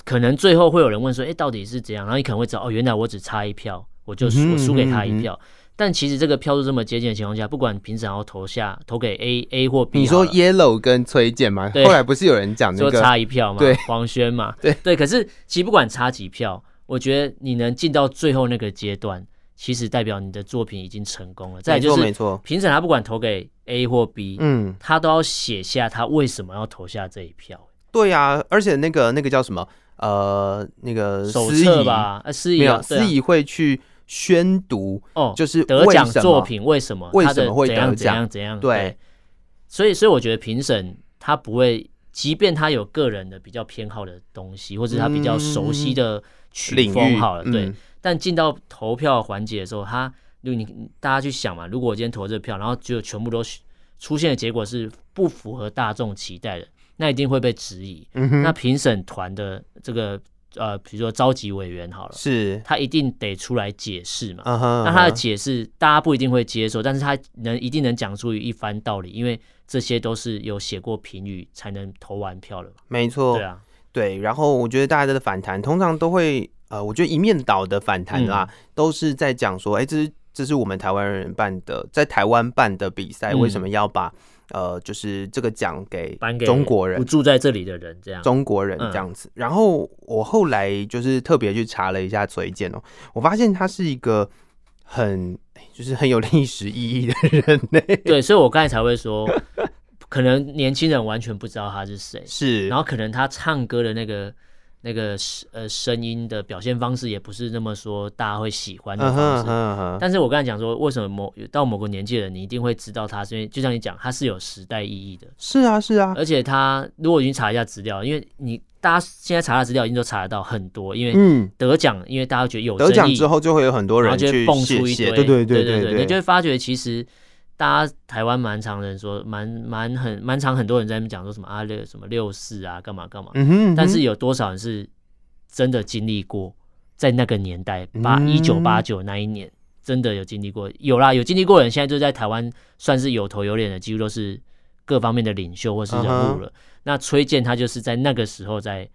[SPEAKER 2] 可能最后会有人问说，哎、到底是怎样？然后你可能会知道，哦，原来我只差一票，我就输
[SPEAKER 1] 嗯哼
[SPEAKER 2] 我输给他
[SPEAKER 1] 嗯哼
[SPEAKER 2] 一票。但其实这个票数这么接近的情况下，不管评审要投下投给 A A 或 B，
[SPEAKER 1] 你说
[SPEAKER 2] 好了
[SPEAKER 1] Yellow 跟崔健吗？
[SPEAKER 2] 对
[SPEAKER 1] 后来不是有人讲那
[SPEAKER 2] 说
[SPEAKER 1] 个
[SPEAKER 2] 差一票嘛，
[SPEAKER 1] 对
[SPEAKER 2] 黄轩嘛，
[SPEAKER 1] 对
[SPEAKER 2] 对。可是其实不管差几票，我觉得你能进到最后那个阶段，其实代表你的作品已经成功了。再来就
[SPEAKER 1] 没
[SPEAKER 2] 是
[SPEAKER 1] 错，
[SPEAKER 2] 评审他不管投给 A 或 B，
[SPEAKER 1] 嗯，
[SPEAKER 2] 他都要写下他为什么要投下这一票，
[SPEAKER 1] 对呀，而且那个那个叫什么呃，那个
[SPEAKER 2] 手
[SPEAKER 1] 司
[SPEAKER 2] 册
[SPEAKER 1] 仪
[SPEAKER 2] 吧？呃，司
[SPEAKER 1] 没
[SPEAKER 2] 仪啊，
[SPEAKER 1] 有
[SPEAKER 2] 对啊
[SPEAKER 1] 司仪会去宣读，
[SPEAKER 2] 哦，
[SPEAKER 1] 就是
[SPEAKER 2] 得
[SPEAKER 1] 为
[SPEAKER 2] 奖
[SPEAKER 1] 什么
[SPEAKER 2] 作品为什么
[SPEAKER 1] 为
[SPEAKER 2] 他
[SPEAKER 1] 什
[SPEAKER 2] 的
[SPEAKER 1] 么会
[SPEAKER 2] 怎
[SPEAKER 1] 得
[SPEAKER 2] 样怎
[SPEAKER 1] 奖
[SPEAKER 2] 样怎样
[SPEAKER 1] 对
[SPEAKER 2] 所以所以我觉得评审他不会，即便他有个人的比较偏好的东西，或者他比较熟悉的曲
[SPEAKER 1] 嗯领域
[SPEAKER 2] 风好了，对，
[SPEAKER 1] 嗯
[SPEAKER 2] 但进到投票环节的时候，他如果你大家去想嘛，如果我今天投这票，然后只有全部都是出现的结果是不符合大众期待的，那一定会被质疑。
[SPEAKER 1] 嗯哼
[SPEAKER 2] 那评审团的这个呃，比如说召集委员好了，
[SPEAKER 1] 是，
[SPEAKER 2] 他一定得出来解释嘛。
[SPEAKER 1] 嗯哼，
[SPEAKER 2] 那他的
[SPEAKER 1] 嗯哼
[SPEAKER 2] 解释大家不一定会接受，但是他能一定能讲出一番道理，因为这些都是有写过评语才能投完票的嘛。
[SPEAKER 1] 没错
[SPEAKER 2] 对，啊，
[SPEAKER 1] 对，然后我觉得大家的反弹通常都会，呃，我觉得一面倒的反弹啦，
[SPEAKER 2] 嗯
[SPEAKER 1] 都是在讲说，哎，这是这是我们台湾人办的，在台湾办的比赛，
[SPEAKER 2] 嗯
[SPEAKER 1] 为什么要把呃，就是这个奖给
[SPEAKER 2] 颁给
[SPEAKER 1] 中国人
[SPEAKER 2] 不。住在这里的人，这样。
[SPEAKER 1] 中国人
[SPEAKER 2] 嗯
[SPEAKER 1] 这样子。然后我后来就是特别去查了一下崔健哦，我发现他是一个很哎就是很有历史意义的人 呢、
[SPEAKER 2] 对，所以我刚才才 会说，可能年轻人完全不知道他是谁，
[SPEAKER 1] 是，
[SPEAKER 2] 然后可能他唱歌的那个那个声呃声音的表现方式，也不是那么说大家会喜欢的
[SPEAKER 1] 嗯哼
[SPEAKER 2] 方式。
[SPEAKER 1] 嗯哼嗯哼，
[SPEAKER 2] 但是我刚才讲说，为什么某到某个年纪的人，你一定会知道他，是因为就像你讲，他是有时代意义的。
[SPEAKER 1] 是啊是啊，
[SPEAKER 2] 而且他如果已经查一下资料，因为你大家现在查的资料已经都查得到很多，因为
[SPEAKER 1] 嗯，
[SPEAKER 2] 得奖，因为大家觉得有
[SPEAKER 1] 得
[SPEAKER 2] 争
[SPEAKER 1] 奖
[SPEAKER 2] 议
[SPEAKER 1] 之后就会有很多
[SPEAKER 2] 然后
[SPEAKER 1] 人
[SPEAKER 2] 就会
[SPEAKER 1] 去
[SPEAKER 2] 蹦
[SPEAKER 1] 谢
[SPEAKER 2] 出一堆，
[SPEAKER 1] 谢，对对
[SPEAKER 2] 对
[SPEAKER 1] 对
[SPEAKER 2] 对，你就会发觉其实大家台湾蛮常人说，蛮蛮很蛮常很多人在那边讲说什么啊六什么六四啊干嘛干嘛，
[SPEAKER 1] 嗯哼，嗯哼
[SPEAKER 2] 但是有多少人是真的经历过在那个年代八
[SPEAKER 1] 嗯
[SPEAKER 2] 一九八九那一年真的有经历过，有啦有经历过的人，现在就在台湾算是有头有脸的，几乎都是各方面的领袖或是人
[SPEAKER 1] 嗯
[SPEAKER 2] 物
[SPEAKER 1] 哼
[SPEAKER 2] 了。那崔健他就是在那个时候在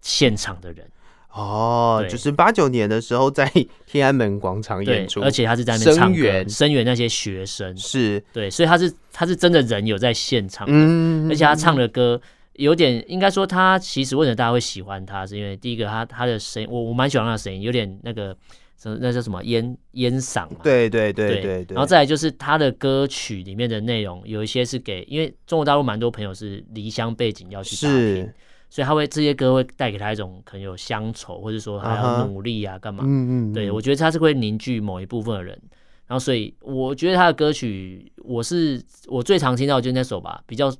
[SPEAKER 2] 现场的人。
[SPEAKER 1] 哦，
[SPEAKER 2] 对
[SPEAKER 1] 就是八九年的时候在天安门广场
[SPEAKER 2] 对
[SPEAKER 1] 演，出，
[SPEAKER 2] 而且他是在那边
[SPEAKER 1] 声
[SPEAKER 2] 唱歌，
[SPEAKER 1] 援
[SPEAKER 2] 声援那些学生，
[SPEAKER 1] 是
[SPEAKER 2] 对，所以他是他是真的人有在现场，
[SPEAKER 1] 嗯，
[SPEAKER 2] 而且他唱的歌有点，应该说他其实为什么大家会喜欢他，是因为第一个他他的声音，我我蛮喜欢他的声音，有点那个什么那叫什么烟烟嗓嘛，
[SPEAKER 1] 对对对
[SPEAKER 2] 对
[SPEAKER 1] 对对，
[SPEAKER 2] 然后再来就是他的歌曲里面的内容，有一些是给，因为中国大陆蛮多朋友是离乡背景要去打拼
[SPEAKER 1] 是。
[SPEAKER 2] 所以他会这些歌会带给他一种可能有乡愁，或者说他
[SPEAKER 1] 啊哈
[SPEAKER 2] 要努力啊，干嘛？
[SPEAKER 1] 嗯嗯，
[SPEAKER 2] 对，
[SPEAKER 1] 嗯
[SPEAKER 2] 我觉得他是会凝聚某一部分的人，然后所以我觉得他的歌曲，我是我最常听到的就是那首吧，比较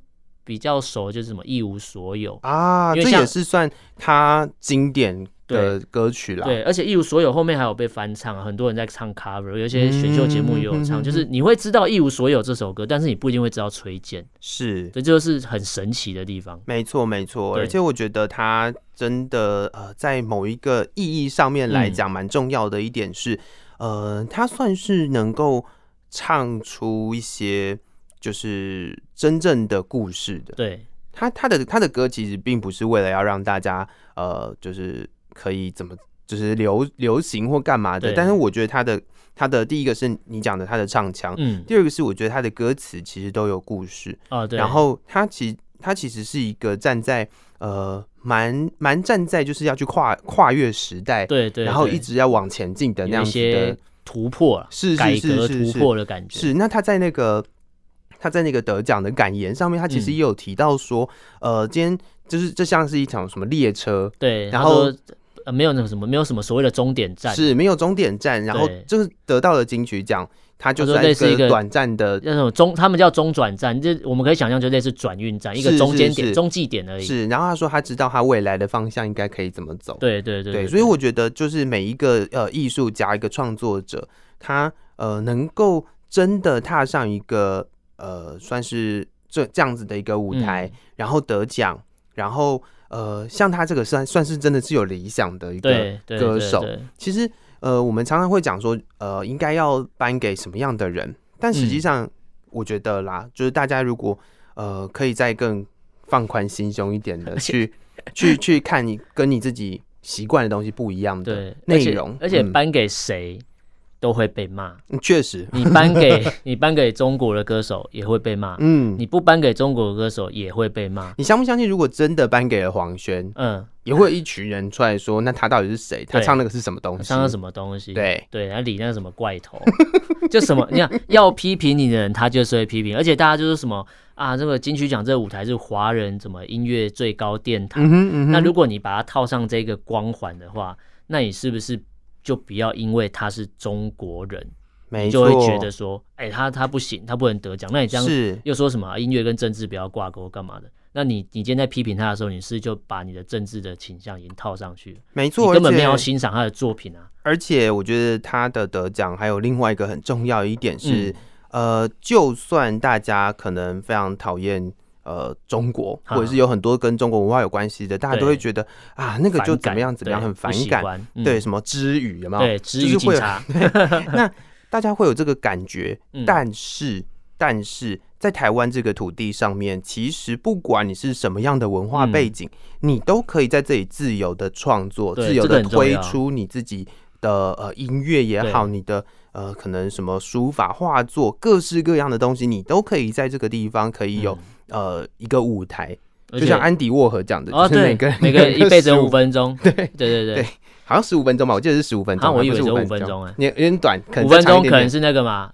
[SPEAKER 2] 比较熟就是什么一无所有，
[SPEAKER 1] 啊，
[SPEAKER 2] 因为
[SPEAKER 1] 这
[SPEAKER 2] 像
[SPEAKER 1] 也是算他经典的
[SPEAKER 2] 对
[SPEAKER 1] 歌曲啦。
[SPEAKER 2] 对，而且一无所有后面还有被翻唱，啊很多人在唱 cover，有一些选秀节目也有唱，
[SPEAKER 1] 嗯
[SPEAKER 2] 就是你会知道一无所有这首歌，但是你不一定会知道崔健，
[SPEAKER 1] 是
[SPEAKER 2] 这就是很神奇的地方。
[SPEAKER 1] 没错没错。
[SPEAKER 2] 对
[SPEAKER 1] 而且我觉得他真的呃，在某一个意义上面
[SPEAKER 2] 嗯
[SPEAKER 1] 来讲，蛮重要的一点是，呃，他算是能够唱出一些就是真正的故事的。
[SPEAKER 2] 对，
[SPEAKER 1] 他他的他的歌其实并不是为了要让大家呃，就是可以怎么就是流流行或干嘛的，
[SPEAKER 2] 对
[SPEAKER 1] 但是我觉得他的他的第一个是你讲的他的唱腔，
[SPEAKER 2] 嗯，
[SPEAKER 1] 第二个是我觉得他的歌词其实都有故事，
[SPEAKER 2] 哦对，
[SPEAKER 1] 然后他其他其实是一个站在呃蛮蛮站在就是要去跨跨越时代，
[SPEAKER 2] 对对，
[SPEAKER 1] 然后
[SPEAKER 2] 对
[SPEAKER 1] 一直要往前进的那
[SPEAKER 2] 有
[SPEAKER 1] 样
[SPEAKER 2] 一
[SPEAKER 1] 子的
[SPEAKER 2] 些突破啦，
[SPEAKER 1] 是是
[SPEAKER 2] 改
[SPEAKER 1] 是
[SPEAKER 2] 革
[SPEAKER 1] 是
[SPEAKER 2] 突
[SPEAKER 1] 是
[SPEAKER 2] 破的感觉，
[SPEAKER 1] 是，那他在那个他在那个得奖的感言上面，他其实
[SPEAKER 2] 嗯
[SPEAKER 1] 也有提到说，呃，今天就是这像是一场什么列车，
[SPEAKER 2] 对，
[SPEAKER 1] 然
[SPEAKER 2] 他
[SPEAKER 1] 后
[SPEAKER 2] 说呃没有那个什么没有什么所谓的终点站，
[SPEAKER 1] 是没有终点站，然后
[SPEAKER 2] 对
[SPEAKER 1] 就是得到了金曲奖，他就
[SPEAKER 2] 他说
[SPEAKER 1] 算
[SPEAKER 2] 类似一个
[SPEAKER 1] 短暂的，
[SPEAKER 2] 那种中，他们叫中转站，这我们可以想象就类似转运站，一
[SPEAKER 1] 是
[SPEAKER 2] 个
[SPEAKER 1] 是
[SPEAKER 2] 中间点、
[SPEAKER 1] 是
[SPEAKER 2] 中继点而已。
[SPEAKER 1] 是，然后他说他知道他未来的方向应该可以怎么走，
[SPEAKER 2] 对对对
[SPEAKER 1] 对，所以我觉得就是每一个呃艺术家、一个创作者，他呃能够真的踏上一个呃算是这这样子的一个舞台，
[SPEAKER 2] 嗯
[SPEAKER 1] 然后得奖，然后呃像他这个算算是真的是有理想的一个。
[SPEAKER 2] 对对
[SPEAKER 1] 歌
[SPEAKER 2] 对
[SPEAKER 1] 手
[SPEAKER 2] 对
[SPEAKER 1] 其实呃我们常常会讲说呃应该要颁给什么样的人，但实际
[SPEAKER 2] 嗯
[SPEAKER 1] 上我觉得啦，就是大家如果呃可以再更放宽心胸一点的 去去去看你跟你自己。习惯的东西不一样的
[SPEAKER 2] 对
[SPEAKER 1] 内容，
[SPEAKER 2] 而且而且
[SPEAKER 1] 嗯
[SPEAKER 2] 颁给谁都会被 骂。
[SPEAKER 1] 嗯确实，
[SPEAKER 2] 你颁给你颁给中国的歌手也会被骂，
[SPEAKER 1] 嗯，
[SPEAKER 2] 你
[SPEAKER 1] 你
[SPEAKER 2] 不颁给中国的歌手也会被骂。
[SPEAKER 1] 你相不相信，如果真的颁给了黄轩，
[SPEAKER 2] 嗯，
[SPEAKER 1] 也会有一群人出来说，那他到底是谁？他
[SPEAKER 2] 对
[SPEAKER 1] 唱那个是什么东西？
[SPEAKER 2] 唱的什么东西？
[SPEAKER 1] 对
[SPEAKER 2] 对，他理那个什么怪头， 就什么你看要批评你的人，他就是会批评，而且大家就是什么啊，这个金曲奖这个舞台是华人什么音乐最高殿堂，
[SPEAKER 1] 嗯哼嗯哼，
[SPEAKER 2] 那如果你把它套上这个光环的话，那你是不是就不要因为他是中国人，
[SPEAKER 1] 没
[SPEAKER 2] 你就
[SPEAKER 1] 错，
[SPEAKER 2] 会觉得说，哎、他他不行，他不能得奖。那你这样
[SPEAKER 1] 是
[SPEAKER 2] 又说什么、啊音乐跟政治不要挂钩干嘛的？那你你今天在批评他的时候，你是就把你的政治的倾向已经套上去了，
[SPEAKER 1] 没
[SPEAKER 2] 你
[SPEAKER 1] 错，
[SPEAKER 2] 根本
[SPEAKER 1] 而且
[SPEAKER 2] 没有欣赏他的作品啊。
[SPEAKER 1] 而且我觉得他的得奖还有另外一个很重要一点是
[SPEAKER 2] 嗯，
[SPEAKER 1] 呃，就算大家可能非常讨厌。呃，中国
[SPEAKER 2] 啊
[SPEAKER 1] 或者是有很多跟中国文化有关系的，大家都会
[SPEAKER 2] 对
[SPEAKER 1] 觉得啊，那个就
[SPEAKER 2] 反
[SPEAKER 1] 怎
[SPEAKER 2] 感
[SPEAKER 1] 么样怎么样，
[SPEAKER 2] 对
[SPEAKER 1] 很反
[SPEAKER 2] 不喜
[SPEAKER 1] 感。
[SPEAKER 2] 欢嗯
[SPEAKER 1] 对，什么知语有没有？
[SPEAKER 2] 对，
[SPEAKER 1] 就
[SPEAKER 2] 至于
[SPEAKER 1] 是
[SPEAKER 2] 警
[SPEAKER 1] 会有
[SPEAKER 2] 察，
[SPEAKER 1] 大家会有这个感觉，
[SPEAKER 2] 嗯
[SPEAKER 1] 但是但是在台湾这个土地上面，其实不管你是什么样的文化
[SPEAKER 2] 嗯
[SPEAKER 1] 背景，你都可以在这里自由的创作，
[SPEAKER 2] 对
[SPEAKER 1] 自由
[SPEAKER 2] 这个
[SPEAKER 1] 的
[SPEAKER 2] 很重
[SPEAKER 1] 推
[SPEAKER 2] 要
[SPEAKER 1] 出你自己的呃音乐也好，你的呃可能什么书法、画作，各式各样的东西，你都可以在这个地方可以有、呃一个舞台，
[SPEAKER 2] 嗯而
[SPEAKER 1] 就
[SPEAKER 2] 且
[SPEAKER 1] 像安迪沃荷讲的，
[SPEAKER 2] 哦，
[SPEAKER 1] 就是
[SPEAKER 2] 对
[SPEAKER 1] 每个人，
[SPEAKER 2] 每个人一辈子有五
[SPEAKER 1] 分，
[SPEAKER 2] 分钟，对对对
[SPEAKER 1] 对好像十五分钟吧，我记得是十五分钟，
[SPEAKER 2] 啊我以为
[SPEAKER 1] 不是
[SPEAKER 2] 只有
[SPEAKER 1] 5
[SPEAKER 2] 5分钟
[SPEAKER 1] 钟
[SPEAKER 2] 哎
[SPEAKER 1] 你有点短，可能
[SPEAKER 2] 五
[SPEAKER 1] 再
[SPEAKER 2] 分
[SPEAKER 1] 长一
[SPEAKER 2] 钟
[SPEAKER 1] 点
[SPEAKER 2] 可能
[SPEAKER 1] 点
[SPEAKER 2] 是那个嘛，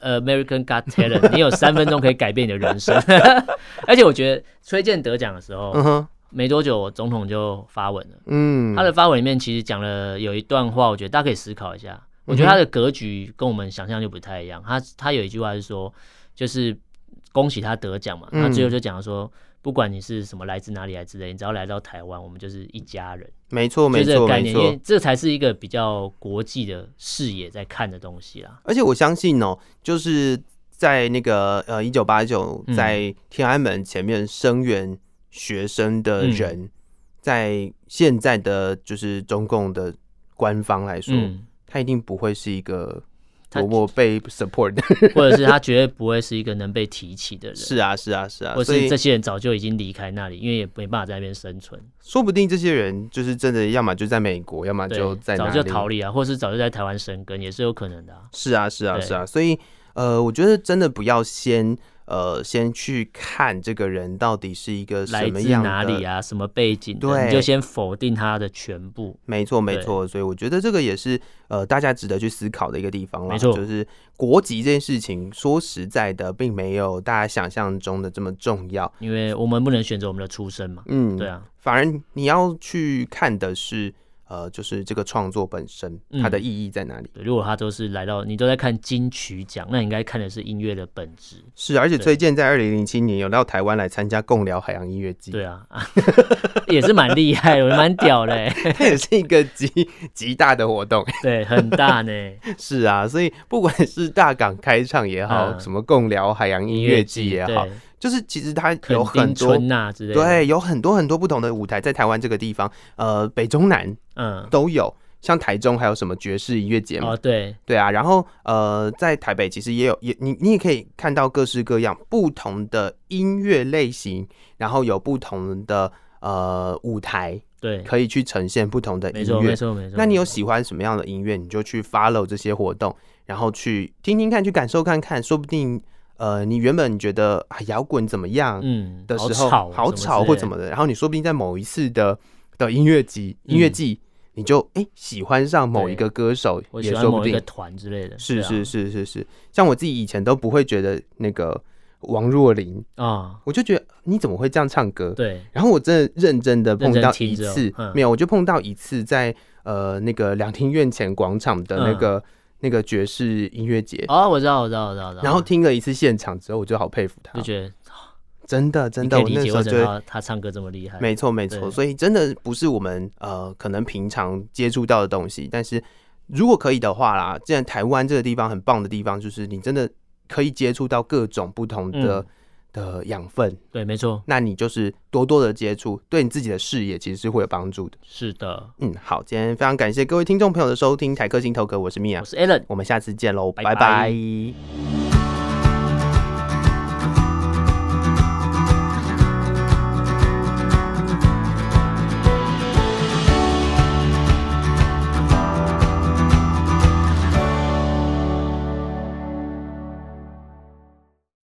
[SPEAKER 2] 呃，American Got Talent，你有 三分钟可以改变你的人生。 而且我觉得崔健得奖的时候，
[SPEAKER 1] 嗯哼，
[SPEAKER 2] 没多久总统就发文了。
[SPEAKER 1] 嗯，
[SPEAKER 2] 他的发文里面其实讲了有一段话，我觉得大家可以思考一下。我
[SPEAKER 1] 嗯
[SPEAKER 2] 觉得他的格局跟我们想象就不太一样。他他有一句话是说，就是恭喜他得奖嘛。
[SPEAKER 1] 嗯
[SPEAKER 2] 他最后就讲说，不管你是什么来自哪里来之类，你只要来到台湾，我们就是一家人，
[SPEAKER 1] 没错
[SPEAKER 2] 就
[SPEAKER 1] 没
[SPEAKER 2] 这个
[SPEAKER 1] 错
[SPEAKER 2] 概
[SPEAKER 1] 没
[SPEAKER 2] 念。因为
[SPEAKER 1] 错，
[SPEAKER 2] 这才是一个比较国际的视野在看的东西啦。
[SPEAKER 1] 而且我相信哦，就是在那个呃一九八九
[SPEAKER 2] 嗯
[SPEAKER 1] 在天安门前面声援学生的
[SPEAKER 2] 嗯
[SPEAKER 1] 人，在现在的就是中共的官方来说，
[SPEAKER 2] 嗯，
[SPEAKER 1] 他一定不会是一个
[SPEAKER 2] 他
[SPEAKER 1] 多么被 support 的。
[SPEAKER 2] 或者是他绝对不会是一个能被提起的人。
[SPEAKER 1] 是啊，是啊，是啊，
[SPEAKER 2] 或
[SPEAKER 1] 所
[SPEAKER 2] 是
[SPEAKER 1] 以
[SPEAKER 2] 这些人早就已经离开那里，因为也没办法在那边生存，
[SPEAKER 1] 说不定这些人就是真的，要么就在美国，要么
[SPEAKER 2] 对，
[SPEAKER 1] 就在哪
[SPEAKER 2] 早
[SPEAKER 1] 里
[SPEAKER 2] 就逃离啊，或是早就在台湾生根，也是有可能的、啊。
[SPEAKER 1] 是啊，是啊，
[SPEAKER 2] 对
[SPEAKER 1] 是啊，所以呃，我觉得真的不要先呃先去看这个人到底是一个
[SPEAKER 2] 来
[SPEAKER 1] 什么
[SPEAKER 2] 自
[SPEAKER 1] 样的
[SPEAKER 2] 哪里。啊？什么背景的？
[SPEAKER 1] 对
[SPEAKER 2] 你就先否定他的全部。
[SPEAKER 1] 没错，没
[SPEAKER 2] 对
[SPEAKER 1] 错，所以我觉得这个也是呃大家值得去思考的一个地方啦。
[SPEAKER 2] 没错
[SPEAKER 1] 就是国籍这件事情，说实在的，并没有大家想象中的这么重要。
[SPEAKER 2] 因为我们不能选择我们的出身嘛。
[SPEAKER 1] 嗯，
[SPEAKER 2] 对啊，
[SPEAKER 1] 反而你要去看的是，呃，就是这个创作本身它的
[SPEAKER 2] 嗯
[SPEAKER 1] 意义在哪里。
[SPEAKER 2] 对，如果他都是来到你都在看金曲奖，那你应该看的是音乐的本质。
[SPEAKER 1] 是，啊而且
[SPEAKER 2] 对
[SPEAKER 1] 崔健在二零零七年有到台湾来参加共聊海洋音乐季，
[SPEAKER 2] 对啊， 啊也是蛮厉害的，蛮屌的欸，
[SPEAKER 1] 它也是一个极极大的活动。
[SPEAKER 2] 对，很大呢。
[SPEAKER 1] 是啊，所以不管是大港开唱也好，
[SPEAKER 2] 嗯
[SPEAKER 1] 什么共聊海洋 音乐季也好
[SPEAKER 2] 对，，
[SPEAKER 1] 就是其实它
[SPEAKER 2] 垦
[SPEAKER 1] 有
[SPEAKER 2] 丁
[SPEAKER 1] 很多
[SPEAKER 2] 春呐之类的。，
[SPEAKER 1] 对，有很多很多不同的舞台在台湾这个地方，呃，北中南
[SPEAKER 2] 嗯，
[SPEAKER 1] 都有，像台中还有什么爵士音乐节嘛，
[SPEAKER 2] 哦，对，
[SPEAKER 1] 对啊，然后呃，在台北其实也有也你你也可以看到各式各样不同的音乐类型，然后有不同的呃舞台
[SPEAKER 2] 对，
[SPEAKER 1] 可以去呈现不同的
[SPEAKER 2] 没
[SPEAKER 1] 音
[SPEAKER 2] 错，没
[SPEAKER 1] 乐。
[SPEAKER 2] 错，没错。
[SPEAKER 1] 那你有
[SPEAKER 2] 没错
[SPEAKER 1] 喜欢什么样的音乐，你就去 follow 这些活动，然后去听听看，去感受看看，说不定呃，你原本觉得啊摇滚怎么样，
[SPEAKER 2] 嗯
[SPEAKER 1] 的
[SPEAKER 2] 好
[SPEAKER 1] 时候，
[SPEAKER 2] 吵
[SPEAKER 1] 好
[SPEAKER 2] 什
[SPEAKER 1] 吵
[SPEAKER 2] 之
[SPEAKER 1] 或
[SPEAKER 2] 类
[SPEAKER 1] 怎
[SPEAKER 2] 的
[SPEAKER 1] 么的，然后你说不定在某一次的的音乐季音乐
[SPEAKER 2] 嗯
[SPEAKER 1] 季，你就哎、诶喜欢上某一
[SPEAKER 2] 对
[SPEAKER 1] 个歌手
[SPEAKER 2] 我
[SPEAKER 1] 也
[SPEAKER 2] 喜欢
[SPEAKER 1] 说不
[SPEAKER 2] 某一
[SPEAKER 1] 定
[SPEAKER 2] 个。团之类的。
[SPEAKER 1] 是
[SPEAKER 2] 对啊
[SPEAKER 1] 是是是是，像我自己以前都不会觉得那个王若琳，
[SPEAKER 2] 啊，
[SPEAKER 1] 我就觉得你怎么会这样唱歌？
[SPEAKER 2] 对，
[SPEAKER 1] 然后我真的认真的碰
[SPEAKER 2] 认真
[SPEAKER 1] 到
[SPEAKER 2] 听
[SPEAKER 1] 一
[SPEAKER 2] 着哦
[SPEAKER 1] 次，
[SPEAKER 2] 嗯
[SPEAKER 1] 没有，我就碰到一次在呃那个两厅院前广场的那
[SPEAKER 2] 嗯
[SPEAKER 1] 个、那个爵士音乐节，
[SPEAKER 2] 哦，我知道，我知道，我知道，我知道
[SPEAKER 1] 然后听了一次现场之后，我就好佩服他
[SPEAKER 2] 就，觉得
[SPEAKER 1] 真的真
[SPEAKER 2] 你
[SPEAKER 1] 的，
[SPEAKER 2] 可以
[SPEAKER 1] 我
[SPEAKER 2] 理
[SPEAKER 1] 那
[SPEAKER 2] 解
[SPEAKER 1] 时候
[SPEAKER 2] 为
[SPEAKER 1] 就
[SPEAKER 2] 什
[SPEAKER 1] 会
[SPEAKER 2] 么他他唱歌这么厉害。
[SPEAKER 1] 没错，没错，
[SPEAKER 2] 对
[SPEAKER 1] 所以真的不是我们呃可能平常接触到的东西，但是如果可以的话啦，既然台湾这个地方很棒的地方，就是你真的可以接触到各种不同的、
[SPEAKER 2] 嗯
[SPEAKER 1] 的养分，
[SPEAKER 2] 对，没错，
[SPEAKER 1] 那你就是多多的接触，对你自己的视野其实是会有帮助的。
[SPEAKER 2] 是的。
[SPEAKER 1] 嗯，好，今天非常感谢各位听众朋友的收听，台客心头壳，我是米娅
[SPEAKER 2] 我，是 Alan，
[SPEAKER 1] 我们下次见喽，
[SPEAKER 2] 拜
[SPEAKER 1] 拜
[SPEAKER 2] 拜
[SPEAKER 1] 拜